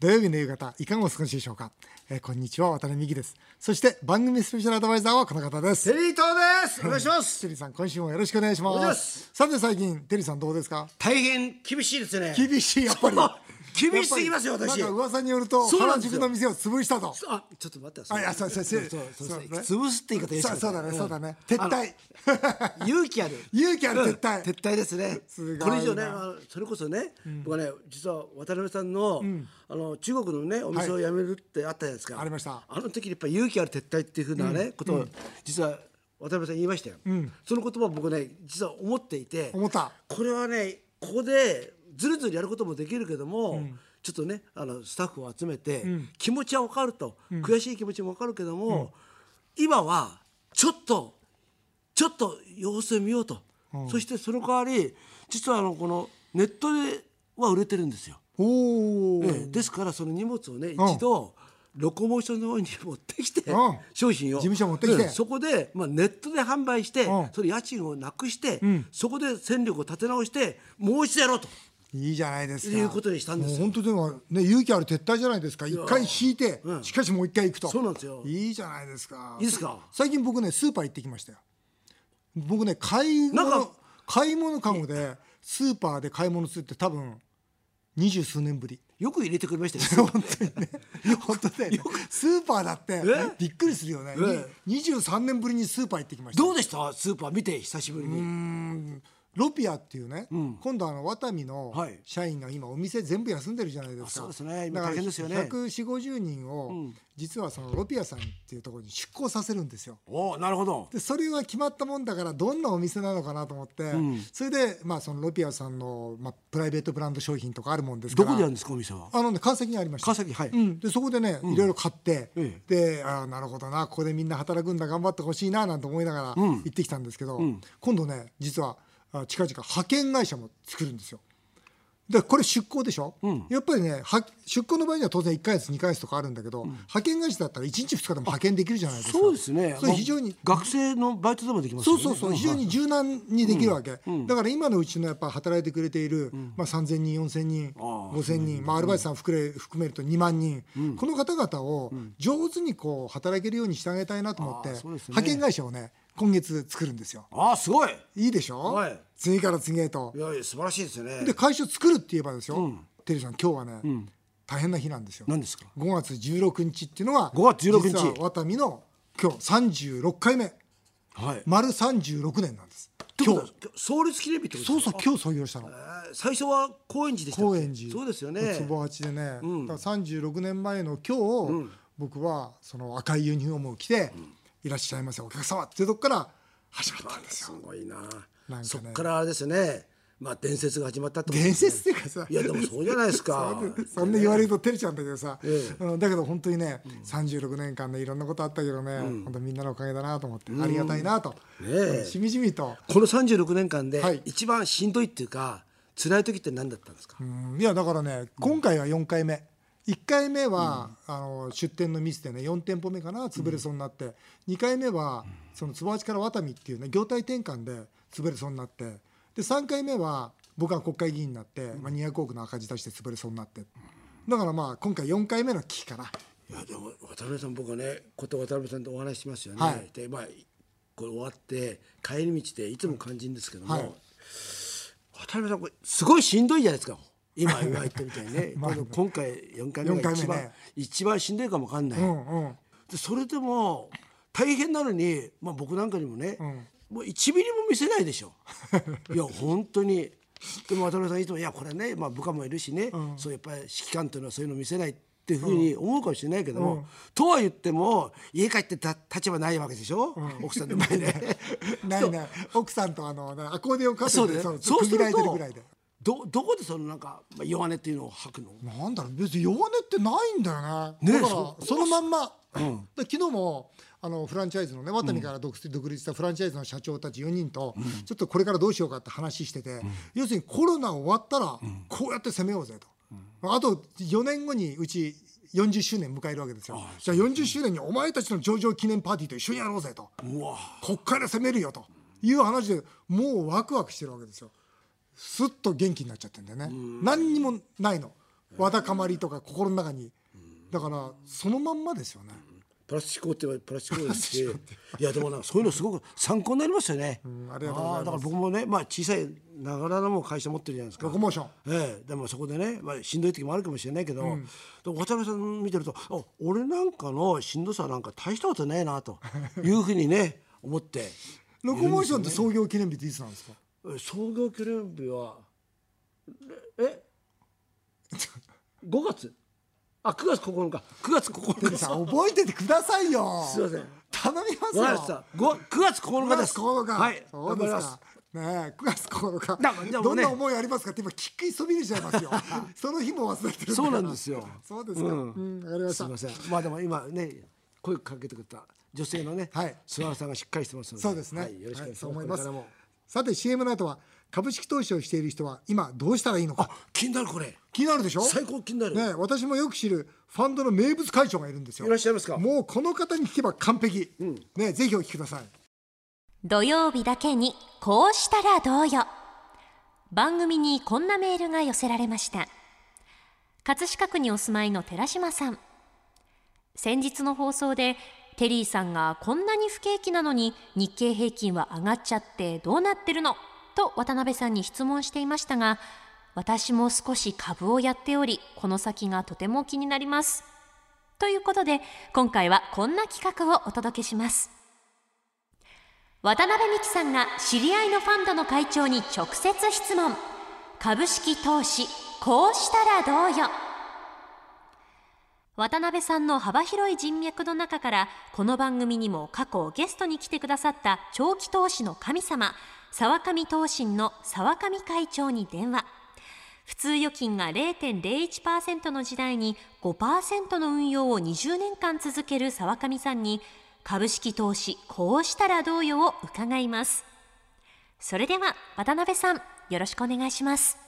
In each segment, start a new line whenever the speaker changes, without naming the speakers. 土曜日の夕方いかがお過ごしでしょうか、えーこんにちは渡辺美希ですそして番組スペシャルアドバイザーはこの方です
テリー東です。お願いします。
テリーさん今週もよろしくお願いします
お願いします
さて最近テリーさんどうですか
大変厳しいですね。
厳しいやっぱり
そう 厳しすぎますよ
やっぱり
私
なんか噂によると
そうな
原
んですよ
宿の店を潰したと
あ、ちょっと待って。
あいやそうそうそう
そうそうそう
そうね
潰すって言い方よ
そ
ろしか
う
った
そうだねそうだね
う
撤
ん
退
あの勇気ある。
勇気ある
うん
撤退
撤退ですね。
すごいな
これ以上ね、あのそれこそね、僕はね、実は渡辺さんの、あの中国のね、お店を辞めるってあったじゃないですか。
ありました
あの時にやっぱり勇気ある撤退っていうふうなね、ことを実は渡辺さん言いましたよ。その言葉を僕ね、実は思っていて。
思った
これはねここでずるずるやることもできるけども、ちょっとねあのスタッフを集めて、気持ちは分かると、悔しい気持ちも分かるけども、今はちょっとちょっと様子を見ようと、そしてその代わり実はあのこのネットでは売れてるんですよ。
おお、
ええですからその荷物をね一度ロコモーションの方に持ってきて
うん
商品を
事務所持ってきて
うんそこでまあネットで販売して
うん
それ家賃をなくしてそこで戦力を立て直してもう一度やろうと
いいじゃないですか
いうことにしたんですよ
もう本当でもね勇気ある撤退じゃないですか一回引いて、
うん
しかしもう一回行くと
そうなんですよ
いいじゃないですか
いいですか
最近僕ねスーパー行ってきましたよ僕ね買い物
なんか
買い物かごでスーパーで買い物するって多分二十数年ぶり
よく入れてくれました よ
本当に ね本当だよねスーパーだって
え
びっくりするよね
え
に23年ぶりにスーパー行ってきました
どうでしたスーパー見て久しぶりに
ロピアっていうね、今度あのワタミの
はい
社員が今お店全部休んでるじゃないですか。
あそうですね今
だから
大変ですよね
百四五十人を実はそのロピアさんっていうところに出向させるんですよ。
おおなるほど
でそれは決まったもんだからどんなお店なのかなと思って、それでまあそのロピアさんのまあプライベートブランド商品とかあるもんですか
ど
ら。
こでやるんですかお店は
あのね川崎にありました。
川崎はい
うん、でそこでね、いろいろ買って、
え
でああなるほどなここでみんな働くんだ頑張ってほしいななんて思いながら行ってきたんですけど、今度ね実はあ近々派遣会社も作るんですよ。でこれ出向でしょ、やっぱりねは出向の場合には当然1か月2か月とかあるんだけど、派遣会社だったら1日2日でも派遣できるじゃないですか
そうですね
それ非常に
学生のバイトでもできますよ
そう
ね
そうそう、
ん
非常に柔軟にできるわけ、だから今のうちのやっぱ働いてくれている、まあ、3,000人4,000人
ああ
5,000人、まあ、アルバイトさん含め含めると2万人、この方々を上手にこう働けるようにしてあげたいなと思って、
ああそうですね
派遣会社をね今月作るんですよ。
ああすごい
いいでしょ、
はい
次から次へと
い。やいや素晴らしいですよね
で会社作るって言えばですよ、てるさん今日はね、大変な日なんですよ。
何ですか
5月16日っていうのは
5月16日
実はワタミの今日36回目
はい
丸36年なんです。
今
今日
日創立記念日ってことです
そ
か
うそう今日創業したの
あー最初は高円寺でしたっけ
高円寺
そうですよね
坪八でね、だから36年前の今日、僕はその赤いユニフォームを着て、いらっしゃいませお客様っていうとこから始まったんです
す
よ
ごいな
なんかね
そっからあれですねまあ伝説が始まったってことで
伝
すね
説っていうかさ
いやでもそうじゃないですか
そんな言われると照れちゃうんだけどさ、
え
うん、だけど本当にね、36年間ねいろんなことあったけどね、本当みんなのおかげだなと思って、ありがたいなと、
え
しみじみと、
この36年間で
はい
一番しんどいっていうか辛い時って何だったんですか、
うんいやだからね今回は4回目1回目は、あの出店のミスでね4店舗目かな潰れそうになって、2回目はその坪八からワタミっていうね業態転換で潰れそうになってで3回目は僕が国会議員になって、まあ、200億の赤字出して潰れそうになってだからまあ今回4回目の危機かない
やでも渡辺さん僕はねこと渡辺さんとお話ししますよね、
はい
でまあこれ終わって帰り道でいつも肝心ですけども、
はい
渡辺さんこれすごいしんどいじゃないですか今言われたみたい にね、この今回4回目が
四
一
回目
番、
ね
一番しんどいかもわかんない、
うんうん
でそれでも大変なのに、まあ、僕なんかにもね、もう1ミリも見せないでしょいや本当にでも渡辺さんいつも「いやこれね、まあ、部下もいるしね、そうやっぱり指揮官というのはそういうの見せない」っていうふうに思うかもしれないけども、とは言っても家帰ってた立場ないわけでしょ、奥さんの前で。
ないない奥さんとあのねアコーディオンカ
そう
ット
で
で
そう
そう区
す
切ら
る
れてるぐらい
と
で。
どどこでそのなんかまあ弱音っていうのを吐くの
なんだろう別に弱音ってないんだよね
ね
だから
そ
そのまんま、で昨日もあのフランチャイズのねワタミから独独立したフランチャイズの社長たち4人と、ちょっとこれからどうしようかって話してて、要するにコロナ終わったらこうやって攻めようぜと、あと4年後にうち40周年迎えるわけですよじゃあ40周年にお前たちの上場記念パーティーと一緒にやろうぜと
うわ
こっから攻めるよという話でもうワクワクしてるわけですよすっと元気になっちゃってんだよね何にもないのわだかまりとか心の中にだからそのまんまですよね
プラスチックって言えばプラスチックですしいやでもなんかそういうのすごく参考になりましたよね、
んありがとうございます
あーだから僕もね、まあ、小さいながらのも会社持ってるじゃないですか
ロコモーション
ええ、でもそこでね、まあ、しんどい時もあるかもしれないけど、で渡辺さん見てるとあ俺なんかのしんどさなんか大したことないなというふうに ね思って
ロコモーションって創業記念日っていつなんですか
え創業記念日はええ5月あ9月9日9月9
テ
日
リーさん覚えててくださいよ
すいません
頼みますよ
わかりましたご9月9
9
日で
月
す
9日
はい
そう
頑
で
張り
す
ます
かねえ9月9日
だからじゃあも
ど
うんね
な思いありますかって今聞きそびれちゃいます よその日も忘れてる
そうなんですよ
そうですかうんわかりまし
す
た
みません。まあでも今ね声かけてくれた女性のね、
はい
諏訪さんがしっかりしてますので、
そうですね。
はい、よろしくお願
は
いします。
いそう思いま
こ
す
れからも。
さて CM の後は株式投資をしている人は今どうしたらいいのか
気になるこれ。
気になるでしょ。
最高気になる
ねえ、私もよく知るファンドの名物会長がいるんですよ。
いらっしゃいますか
もうこの方に聞けば完璧。ねえ、ぜひお聞きください。
土曜日だけにこうしたらどうよ番組にこんなメールが寄せられました葛飾区にお住まいの寺島さん先日の放送でテリーさんがこんなに不景気なのに日経平均は上がっちゃってどうなってるのと渡辺さんに質問していましたが私も少し株をやっておりこの先がとても気になりますということで今回はこんな企画をお届けします渡辺美樹さんが知り合いのファンドの会長に直接質問株式投資こうしたらどうよ渡辺さんの幅広い人脈の中からこの番組にも過去ゲストに来てくださった長期投資の神様沢上投信の沢上会長に電話普通預金が0.01%の時代に5%の運用を20年間続ける沢上さんに株式投資こうしたらどうよを伺いますそれでは渡辺さんよろしくお願いします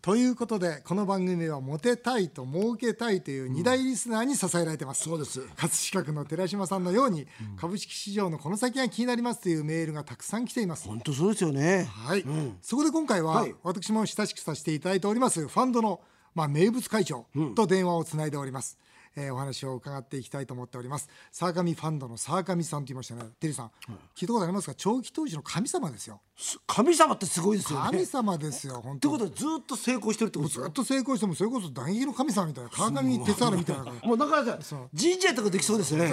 ということでこの番組はモテたいと儲けたいという二大リスナーに支えられてます、
そうです
葛飾区の寺島さんのように、株式市場のこの先が気になりますというメールがたくさん来ています
本当そうですよね。
はい、そこで今回は、
はい
私も親しくさせていただいておりますファンドの、まあ、名物会長と電話をつないでおります、えーお話を伺っていきたいと思っております沢上ファンドの沢上さんと言いましたねテリーさん、聞いたことありますか長期投資の神様ですよ
す神様ってすごいですよね。
神
っ
様ですよ本
て
当
こ
に
とはずっと成功してるってことです
ずっ
よ。
と成功してもそれこそ打撃の神様みたいな川上哲治みたいな
もうだからさ神社とかできそうですね。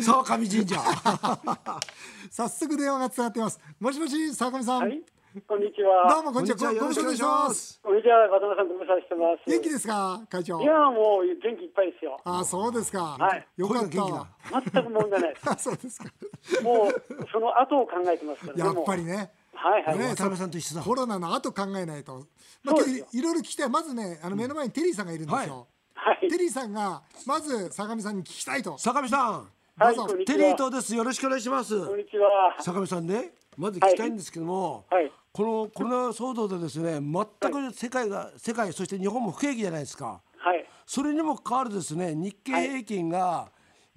沢上神社。
早速電話がつながっていますもしもし沢上さん、
はい、こんにちは。
どうもこんにちは
よろしくお願いします。
こんにちは、渡辺さん、ご無沙汰してます。
元気ですか会長
いや、もう元気いっぱいですよ。
あそうですか、
はい
よかっ
声が元気だ
た
全く問題ないで
そうですか
す。もう、その後を考えてますから、
やっぱり
ね。
ね
はいはい。
ね
渡辺さんと一緒だ。
コロナの後考えないと、まあ、今
そうです
日
よ
いろいろ聞きたいまずねあの目の前にテリーさんがいるんですよ、
はい。
テリーさんがまず坂上さんに聞きたいと
坂上さん、
はい、
どうぞ
こんにち
テ
は
リーとです。よろしくお願いします。
こんにちは。
坂上さんねまず聞きたいんですけども、
はいはい
このコロナ騒動でですね全く世界が、世界そして日本も不景気じゃないですか
はい。
それにもかかわらずですね日経平均が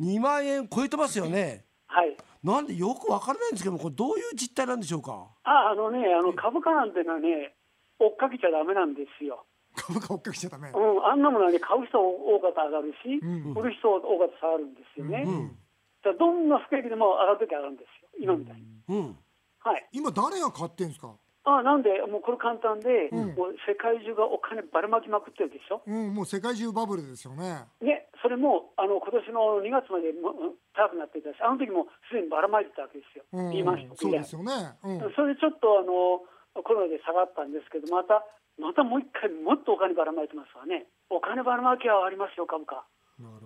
2万円超えてますよね、
はい。
なんでよくわからないんですけどもこれどういう実態なんでしょうか
あ、あのね、あの株価なんてのはね、追っかけちゃダメなんですよ。
株価追っかけちゃダメ、
うん、あんなものはね、買う人多かったら上がるし、売る人多かったら下がるんですよね。だからどんな不景気でも上がるとき上がるんですよ。今みたいに。
うん
はい。
今誰が買ってんですか
あなんで、もうこれ簡単で、もう世界中がお金ばらまきまくってるでしょ、
うんもう世界中バブルですよね
ね、それもあの今年の2月までもうん高くなってたし、あの時もすでにばらまいてたわけですよ、
うん
言いました
そうですよね、うん、
それでちょっとあのコロナで下がったんですけど、またまたもう一回、もっとお金ばらまいてますわね、お金ばらまきはありますよ、株価。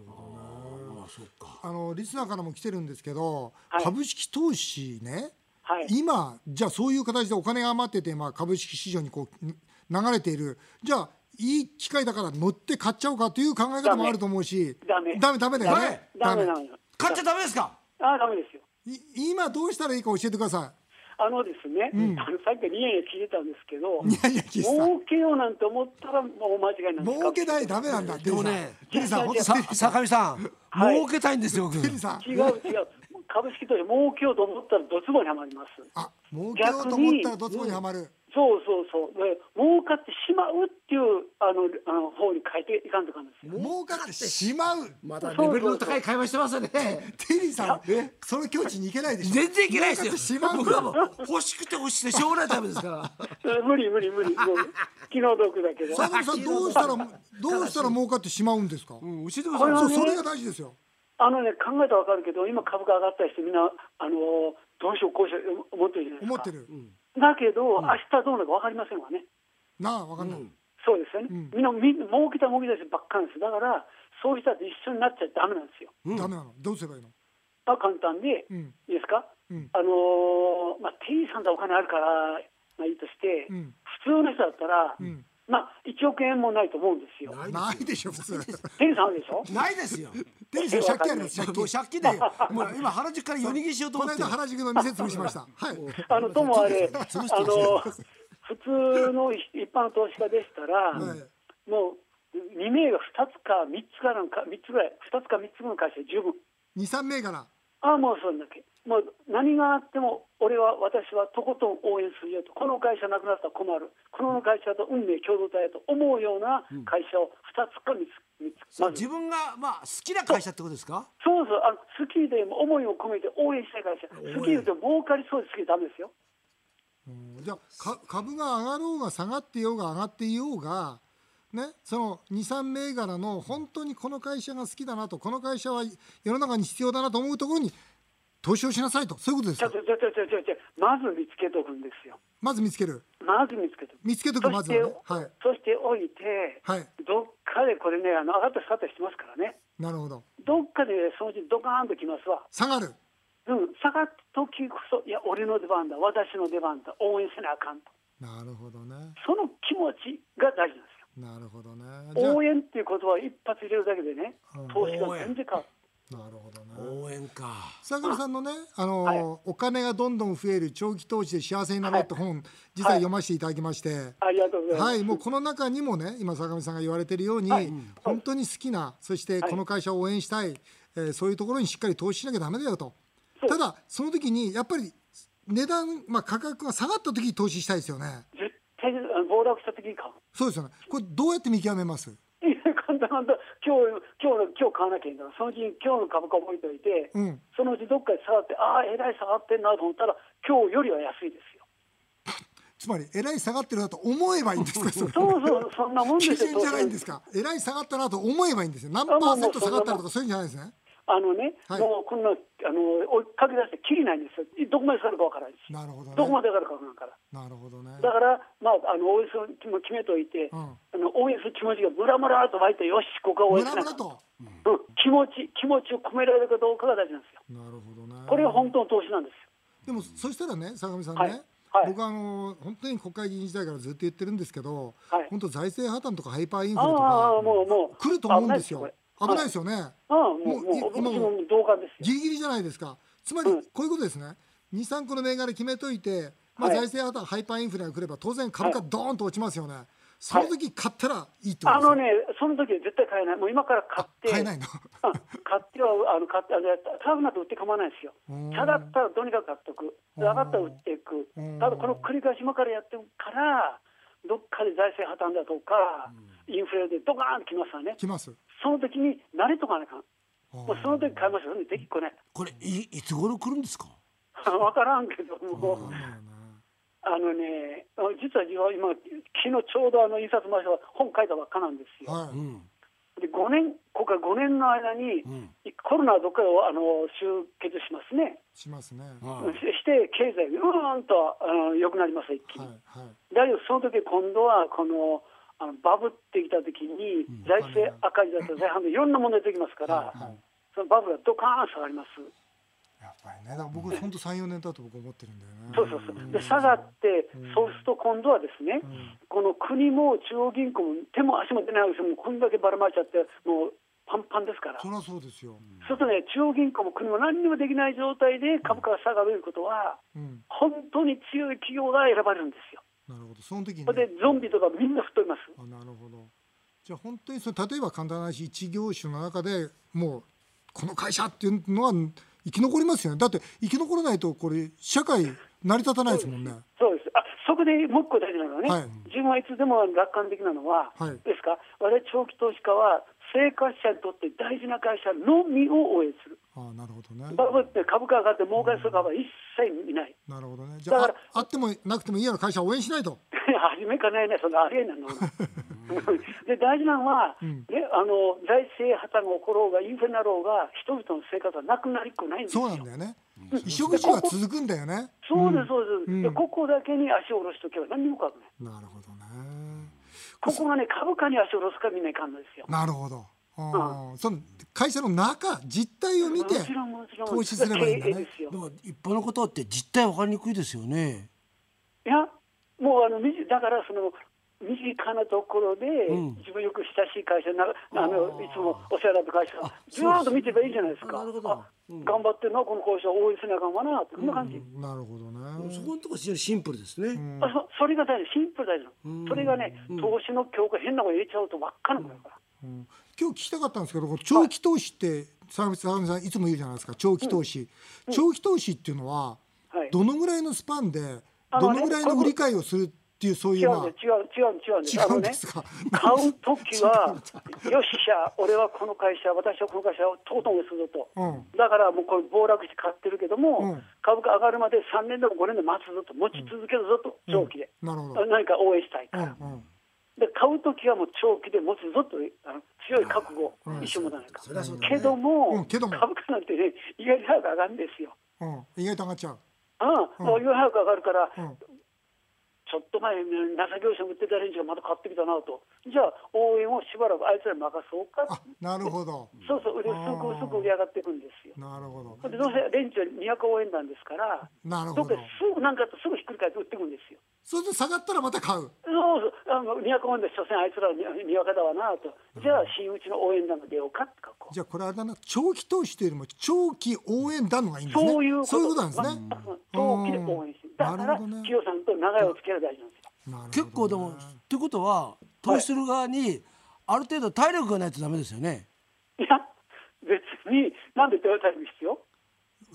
あそっか
あのリスナーからも来てるんですけど、
はい
株式投資ね
はい、
今じゃあそういう形でお金が余ってて、まあ、株式市場にこうん流れているじゃあいい機会だから乗って買っちゃおうかという考え方もあると思うし
ダメ
ダメダメだよね
ダメなのよ、
買っちゃダメですか
あダメですよ。
い今どうしたらいいか教えてくださ
あのですね、あのさっきニヤニヤ聞いてたんですけど、
ニヤニヤ聞いてた
儲けようなんて思ったらもう間違いなん
い
です
儲けないダメなんだ
でもね
テリーさんテリーさ
さ
ん本
坂上さん、
はい
儲けたいんですよ僕
当テリーさん
違う違う株式投資儲けようと思ったらドツボにはまります
あ儲けようと思ったらどつぼにはまる
そうそうそうで儲かってしまうっていうあのあの方に変えていかんといかん ですよ
儲かってしまう
またレベルの高い会話してますよね。
テリーさんその境地に行けないでしょ
全然いけないですよ。
儲かってし
僕は
ま
も
う
う欲しくて欲しくてしょうがないためですから。
無理無理無理もう気の毒だけど
坂本さんどうしたらどうしたら儲かってしまうんですか
うん、教えてくだ
こ
さい
れは
そう
ね
それが大事ですよ
あのね考えたらわかるけど今株価上がったりしてみんなあのどうしようこうしよう思ってるじゃないです
思
か
ってる
だけど、明日どうなるかわかりませんわね
なあわかんない
そうですよね、みんなみ儲けた儲けたしばっかりなんですだからそういう人たち一緒になっちゃダメなんですよ
ダメなのどうすればいいの
まあ簡単で、
うん
いいですか、
うん
あのーまあ、店員さんとはお金あるから、まあ、いいとして、
うん
普通の人だったら、
ん
まあ、1億円もないと思うんですよ。
ないでしょ普通
店員さんあるでしょ
ないですよ。
テリーさん借金あります借
もう
金
借金で、もう今原宿から夜逃げしようと
こ
思
の
ってる
間。原宿の店潰し ましたはい
あのともあれ、あ
その人です
の普通の一般の投資家でしたら、
はい
もう2名が2つか3つかなんか3つぐらい、2つか3つぐらいの会社で十分、
二三銘柄
ああ、もうそれだけ、もう何があっても、俺は、私はとことん応援するよと、この会社なくなったら困る、この会社と運命共同体だと思うような会社を2つか3つ、
そう
まず
自分がまあ好きな会社ってことですか。
そうそうあの、好きでも思いを込めて応援したい会社、好きでも儲かりそうで好きでダメですよ。
じゃあか株が上がろうが下がってようが上がっていようが、ね、その23銘柄の本当にこの会社が好きだなとこの会社は世の中に必要だなと思うところに投資をしなさいとそういうことです
ちょ
か
ちょちょちょちょちょまず見つけとくんですよ。
まず見つける
まず見つけとく。
見つけと
そ
くま
し
ず
て、
はねはい
そしておいて、
はい
どっかでこれね、あの上がったり下がったりしてますからね。
なるほど
どっかでそのうちドカーンときますわ。
下がる
うん、下がった時こそ、いや、俺の出番だ、私の出番だ、応援せなあかんと。
なるほどね
その気持ちが大事なんですよ。
なるほどねじゃあ
応援っていう言葉を一発入れるだけでね、投資が全然変わる。
なるほどね
応援か。
佐上さんのね、あの
はい
お金がどんどん増える長期投資で幸せになろうって本、実は読ませていただきまして、
ありがとうございます。
はい、もうこの中にもね、今坂上さんが言われているように、
はい
本当に好きな、そしてこの会社を応援したい、えーそういうところにしっかり投資しなきゃダメだよと。
そう
ただその時にやっぱり値段、まあ価格が下がった時に投資したいですよね。
絶対にあの暴落した時に買う。
そうですよね。これどうやって見極めます？
いや、簡単簡単。今日、今日の、今日買わなきゃいけないから、そのうちに今日の株価覚えておいて、
うん
そのうちどっかで下がって、ああ、えらい下がってんなと思ったら、今日よりは安いですよ。
つまりえらい下がってるなと思えばいいんですか？それ
そうそう、そんなもんで
基
す よ。
準じゃないんですか？えらい下がったなと思えばいいんですよ。何パーセント下がったとかそういうんじゃないですね。
あのね、
はい
もうこんな、あの、追いかけ出してきりないんですよ。どこまで下がるかわからないし。
なるほどね
こまで上がるかわからんから。
なるほどね。
だから、まあ、あの、応援する気も決めといて、
うん
あの、応援する気持ちがムラムラっと湧いて、よし、ここは応
ム
援
ラ
し
ム
な
ラ
きゃ
と。
うん、気持ち、気持ちを込められるかどうかが大事なんですよ。
なるほどね。
これが本当の投資なんですよ。
でもそしたらね坂上さんね、
はいはい
僕はあの本当に国会議員時代からずっと言ってるんですけど、
はい
本当財政破綻とかハイパーインフレと
ああ、
か
もう、もう。
来ると思うんです
危な
よ
い
危
これ
ないですよね、
ああ、もう、
もうい
もう、
今
も
も
ちろん同感です
ギ
よ。
リギリじゃないですかつまり
うん
こういうことですね23個の銘柄決めといて、まあ、
はい
財政破綻ハイパーインフレが来れば当然株価ドーンと落ちますよね、その時買ったらいいってこ
あ
とですよ
のね、その時は絶対買えない。もう今から買って。
買えないの
あ買っては、あの、買って、あの、高くなって売って構わないですよ
うん。
下がったらどうにか買っとく。上がったら売っていく
うん。
ただこの繰り返し今からやってるから、どっかで財政破綻だとか、インフレでドカーンときますわね。
来ます
その時に慣れとかなあかん。もうその時買いま したね。できっこね。
これいいつ頃来るんですか。
わからんけども。あのね、実は自分は今、昨日ちょうどあの印刷会社が本書いたばっかなんですよ。
はい、
うん。
で5年、ここから5年の間に、コロナはどっかであの終結しますね、
しますねは
は
しして経済がうーんとあの良くなります、一気
い
に。
はい
だけど、その時今度はこのあのバブってきた時に、財政赤字だったり、財政いろんな問題出てきますから、そのバブがドカーン下がります。
やっぱりねだから僕本当34年だと僕思ってるんだよね
そうそうそう。で、下がって、そうすると今度はですね、この国も中央銀行も手も足も出ないわけですよ。もうこんだけばらまいちゃって、もうパンパンですから。
そりゃそうですよ、
そうするとね、中央銀行も国も何にもできない状態で株価が下がるということは、
うん、
本当に強い企業が選ばれるんですよ。
なるほどその時に、
それ
ね
で、ゾンビとかみんな吹っ飛びます。
あなるほどじゃあ本当にそれ例えば簡単な話一業種の中でもうこの会社っていうのは生き残りますよねだって生き残らないとこれ社会成り立たないですもんね
そうです。あ、そここでもう一個大事なのはね、
はい
自分はいつでも楽観的なのは、
はい
ですか、我々長期投資家は、生活者にとって大事な会社のみを応援する、
ああなるほどね
バブって株価上がって儲かりする株は一切見ない、
なるほどねじゃあ
だから
ああってもなくてもいいような会社を応援しないと
初めからないね、そんなあり えないの。で大事なのは、
うん
ね、あの財政破綻が起ころうが、インフレになろうが、人々の生活はなくなりっこないんですよ。
そうなんだよね衣食住は続くんだよね
そうです、そうです、
うん
でここだけに足を下ろしておけば何にも変わらな
な
い。
るほどね
ここがね、株価に足を下ろすからみんないかんのですよ。
なるほどああその会社の中実態を見て
もちろん、もちろん、
投資すればいいんだ
経営
ね
ですよ
で。も一般の方って実態わかりにくいですよね。
いや、もうあの身近だからその身近なところで、
うん
自分よく親しい会社なあのいつもお世話になった会社
あ、
ずーっと見てればいいじゃないですか。
そうですあなるほど
あ
うん
頑張ってるな、この会社、応援せなあかんわな、そんな感じ。
なるほど
そ
ね
このところ非常にシンプルですね。
ん
あそそれが大事、シンプル大事な
うん
の。それがね、投資の強化、変なこと入れちゃうと真っ赤なくなるから。
うん今日聞きたかったんですけどこう長期投資って沢口さんいつも言うじゃないですか長期投資長期投資っていうのは
はい。
どのぐらいのスパンで
あ
ど
のね
のぐらいの売り買いをするっていうそうい
違
う
うん
ま
です、違う、違うんです、違う
あ違うん
んです。
ですか
買うと きは、よっしゃ、俺はこの会社、私はこの会社をとことん押すぞと、
うん
だからもうこれ、暴落して買ってるけども、
うん
株価上がるまで3年でも5年でも待つぞと、持ち続けるぞと、長期で、
うんなるほど
何か応援したい
うん
から、
うん
で買うときはもう長期で持つぞというあの強い覚悟、一生持たないか、
そりゃそうだね
けども、
うんけども
株価なんてね、意外に早く上がるんですよ。
うん意外と上がっちゃう
ああ、
うん
意外に早く上がるから、
うん
ちょっと前に情け業者売ってた連中がまた買ってきたなと、じゃあ応援をしばらくあいつらに任そうか、
あなるほど
そうそう、売れ薄く薄く売り上がっていくんですよ。
なるほど
でどうせ連中は200応援団ですから、
なるほ
どっか
ど
で。すぐなんかあったらすぐひっくり返って売ってくんですよ。
それで下がったらまた買う。
そうそうあの200応援団、所詮あいつらはににわかだわなと、じゃあ新内の応援団が出ようかって格好。
じゃあこれあれだな長期投資というよりも長期応援団の方がいいんですね。
そういうこと
そういうことなんですね。
長期で応援してる、だか
な
ら、
るほどね
清さんと長いお付き合いが大事なんですよ。
なるほどね
結構でもってことは投資する側にある程度体力がないとダメですよね。
いや、別に、なんで豊田に必要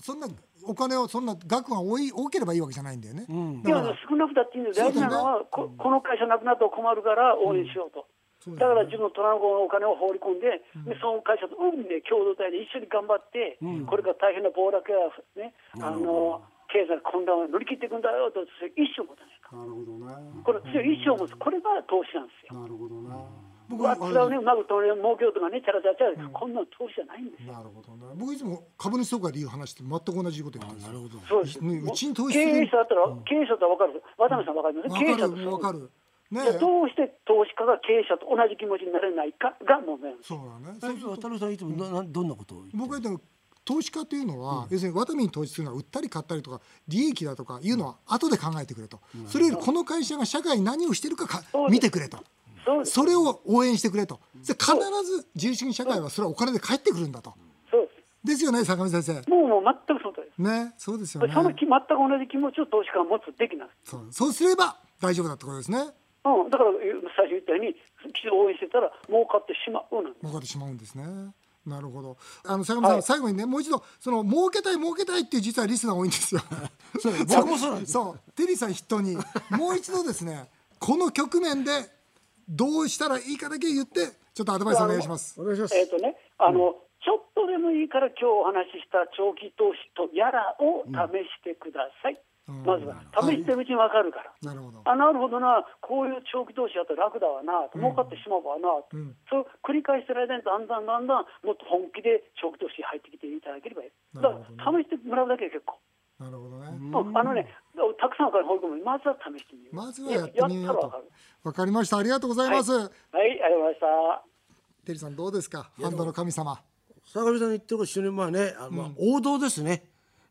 そんなお金をそんな額が多い多ければいいわけじゃないんだよね。
ん
いや少なくたっていいんです大事なのは、ここの会社なくなったら困るから応援しようと、
そう
だ
だ
から自分のトランクのお金を放り込んで、でその会社と運で共同体で一緒に頑張って、これから大変な暴落や、ね、あの経済の混乱を乗り切っていくんだよと、それ一生持たないか、
なるほどね。
これ、強い一生持つ、これが投資なんですよ。
なるほどね。
僕
僕
は
は
違うね、うまく取れ儲けようとかね、チャラチャラチャラ、こんなの投資じゃないんですよ。
なるほどね。僕いつも株主総会で言う話って全く同じこと言ってるんですよ。
そうです
ねうちに投資
経
する
営者だったら、経営者だったら分かるんですよ渡辺さん分かります
わ
経営
か
者と
るわかる。ね
じゃあどうして投資家が経営者と同じ気持ちになれないかが問題なんです。
そうだね。
渡辺さんいつもななどんなことを言う
僕はでも投資家というのは、要するにワタミに投資するのは売ったり買ったりとか利益だとかいうのは後で考えてくれと、それよりこの会社が社会に何をしてるかか
そうです
見てくれと
そうです。
それを応援してくれとで必ず自由主義社会はそれはお金で返ってくるんだと
そうです。
ですよね坂上先生
もうもう全くその通りで
ねそうですよ
す。
ね
そのき全く同じ気持ちを投資家が持つべきなんです。
そうそうすれば大丈夫だってことですね
うん、だから最初言ったように、基地を応援してたら儲かってしまうなんです。
儲かってしまうんですねなるほどあの坂上さん、
はい
最後にねもう一度その儲けたい儲けたいっていう実はリスナー多いんですよ
そう僕もそうなんです。
そうテリーさん筆頭にもう一度ですねこの局面でどうしたらいいかだけ言ってちょっとアドバイスお願いします。
願いしま
えっ、とね、あの、ちょっとでもいいから今日お話しした長期投資とやらを試してください。
ん
まずは試してるうちに分かるから。
なるほど。
あなるほどな、こういう長期投資やったら楽だわな、儲かってしまうわな、
ん
そう繰り返してる間にだんだんだんだんもっと本気で長期投資に入ってきていただければいい。だ
なる
か
ほどね
ら試してもらうだけで結構。
なるほどね。
うんあのね、たくさんお金放り込むまずは試してみよう。
まずはやってみよう
やっ
と
たらわかる。。
わかりました。ありがとうございます。
はい、ありがとうございました。
テリーさんどうですか。ハンドの神様。
坂上さんの言ってること非常にまあねあのまあ王道ですね。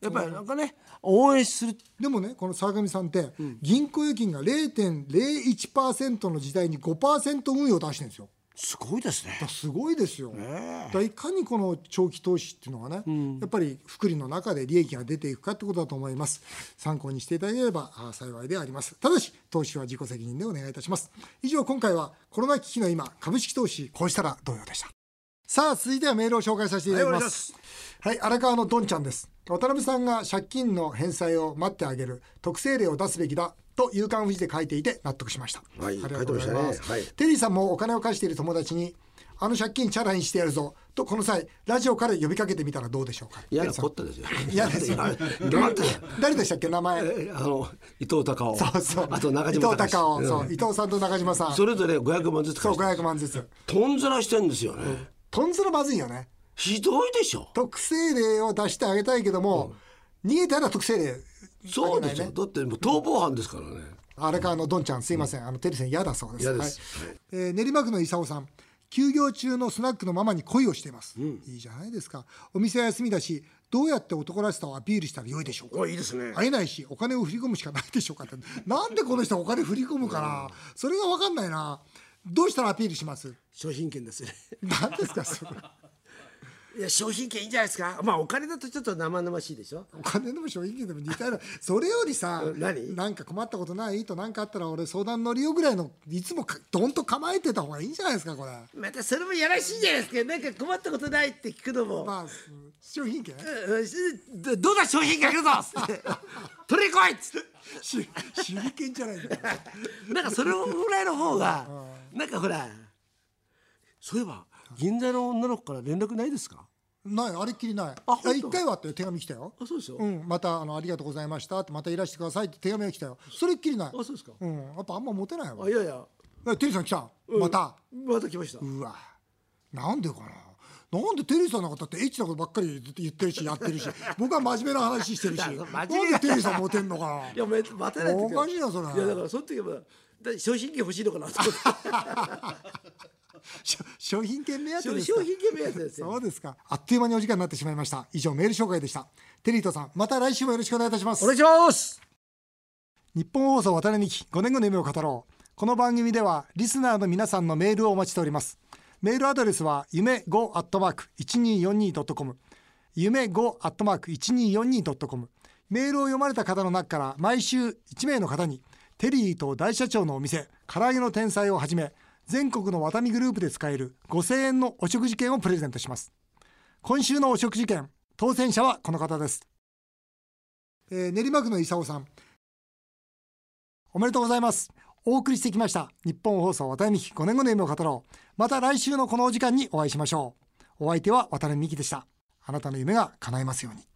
やっぱりなんかね応援する
でもねこの沢上さんって、銀行預金が0.01%の時代に5%運用を出してるんですよ。
すごいですね
だ。からすごいですよ。だからいかにこの長期投資っていうのがね、やっぱり福利の中で利益が出ていくかってことだと思います。参考にしていただければあ幸いであります。ただし、投資は自己責任でお願いいたします。以上、今回はコロナ危機の今、株式投資、こうしたらどうようでした。さあ、続いてはメールを紹介させていただきます。はい、荒川のどんちゃんです。渡辺さんが借金の返済を待ってあげる特性例を出すべきだと夕刊フジで書いていて納得しました。
はい
ありがとうございます。
書いてましたねはい
テリーさんもお金を貸している友達に、あの借金チャラにしてやるぞとこの際ラジオから呼びかけてみたらどうでしょうか。
嫌な
テリーさん
こったですよ。
嫌ですよ
だって今だって
誰でしたっけ名前。
えあの伊藤孝夫。
そうそう。
あと中
伊
島
藤
隆
孝夫、そううん伊藤さんと中島さん。
それぞれ500万ずつ
そう
返して
500万ずつ。
とんずらしてんですよね。
とんずらまずいよね。
ひどいでしょ。
特性例を出してあげたいけども、逃げたら特性例、
そうでしょ。だってもう逃亡犯ですからね。
あれかあのどんちゃんすいません、あのテリーさん嫌だそうです
嫌です
はいえー練馬区の伊佐尾さん休業中のスナックのママに恋をしています、いいじゃないですかお店は休みだしどうやって男らしさをアピールしたら良いでしょうか
おいいですね
会えないしお金を振り込むしかないで しょうかってなんでこの人はお金振り込むかな、それが分かんないなどうしたらアピールします
商品券ですね
何ですかそれ
いや商品券いいんじゃないですかまあお金だとちょっと生々しいでしょ
お金でも商品券でも似たようなそれよりさ
うん何
なんか困ったことないと何かあったら俺相談乗りよぐらいのいつもかどんと構えてた方がいいんじゃないですかこれ
またそれもやらしいじゃないですかなんか困ったことないって聞くのも、
まあ商品券
うんうんどどうだ商品券来るぞつって取りに来いっつって
し手裏剣じゃないんだよ
なんかそれぐらいの方が、なんかほら、そういえば、銀座の女の子から連絡ないですか。
ないあれっきりない
あ
いや
本当
一回はあったよ手紙来たよ
あ、そうですよ。
うんまたあのありがとうございましたってまたいらしてくださいって手紙が来たよそれっきりない
あ、そうですか。
うんやっぱあんまモテないわ
あ、いやいや、
えテリーさん来たまた
また来ました。
うわなんでかななんでテリーさんの方ってエッチなことばっかり言ってるしやってるし僕は真面目な話してるし
真面目
なんでテリーさんモテんのか
いや、め、待てないっていうか
おかしいなそれ
いや、だから、その時は、だ、商品券欲しいのかなと思って。
な商品券目当て
商
ですか
商品券目当てです
そ
よ。
うですかあっという間にお時間になってしまいました以上メール紹介でしたテリーとさんまた来週もよろしくお願いいたします
お願いします。
日本放送渡辺美希5年後の夢を語ろうこの番組ではリスナーの皆さんのメールをお待ちしておりますメールアドレスは夢5アットマーク 1242.com 夢5アットマーク 1242.com メールを読まれた方の中から毎週1名の方にテリーと大社長のお店唐揚げの天才をはじめ全国のワタミグループで使える5000円のお食事券をプレゼントします今週のお食事券当選者はこの方です、えー練馬区の伊佐尾さんおめでとうございます。お送りしてきました。日本放送渡辺美希5年後の夢を語ろう。また来週のこのお時間にお会いしましょう。お相手は渡辺美希でした。あなたの夢が叶いますように。